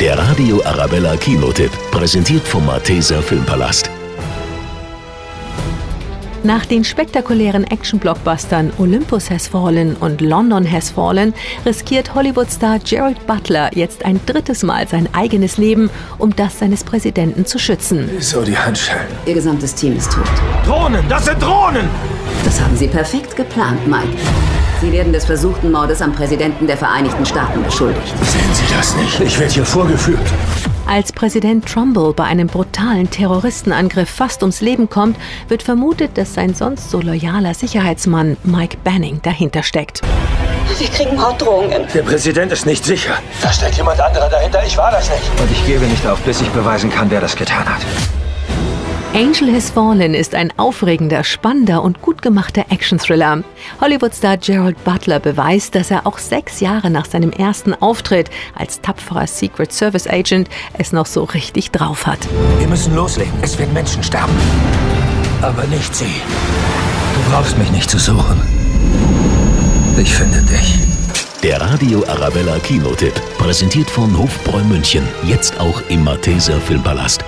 Der Radio Arabella Kinotipp, präsentiert vom Malteser Filmpalast. Nach den spektakulären Action-Blockbustern Olympus Has Fallen und London Has Fallen riskiert Hollywood-Star Gerald Butler jetzt ein drittes Mal sein eigenes Leben, um das seines Präsidenten zu schützen. So, die Handschellen. Ihr gesamtes Team ist tot. Drohnen, das sind Drohnen! Das haben Sie perfekt geplant, Mike. Sie werden des versuchten Mordes am Präsidenten der Vereinigten Staaten beschuldigt. Sehen Sie das nicht? Ich werde hier vorgeführt. Als Präsident Trumbull bei einem brutalen Terroristenangriff fast ums Leben kommt, wird vermutet, dass sein sonst so loyaler Sicherheitsmann Mike Banning dahinter steckt. Wir kriegen Morddrohungen. Der Präsident ist nicht sicher. Da steckt jemand anderer dahinter. Ich war das nicht. Und ich gebe nicht auf, bis ich beweisen kann, wer das getan hat. Angel Has Fallen ist ein aufregender, spannender und gut gemachter Action-Thriller. Hollywood-Star Gerald Butler beweist, dass er auch sechs Jahre nach seinem ersten Auftritt als tapferer Secret Service Agent es noch so richtig drauf hat. Wir müssen loslegen. Es werden Menschen sterben. Aber nicht sie. Du brauchst mich nicht zu suchen. Ich finde dich. Der Radio Arabella Kinotipp, präsentiert von Hofbräu München, jetzt auch im Malteser Filmpalast.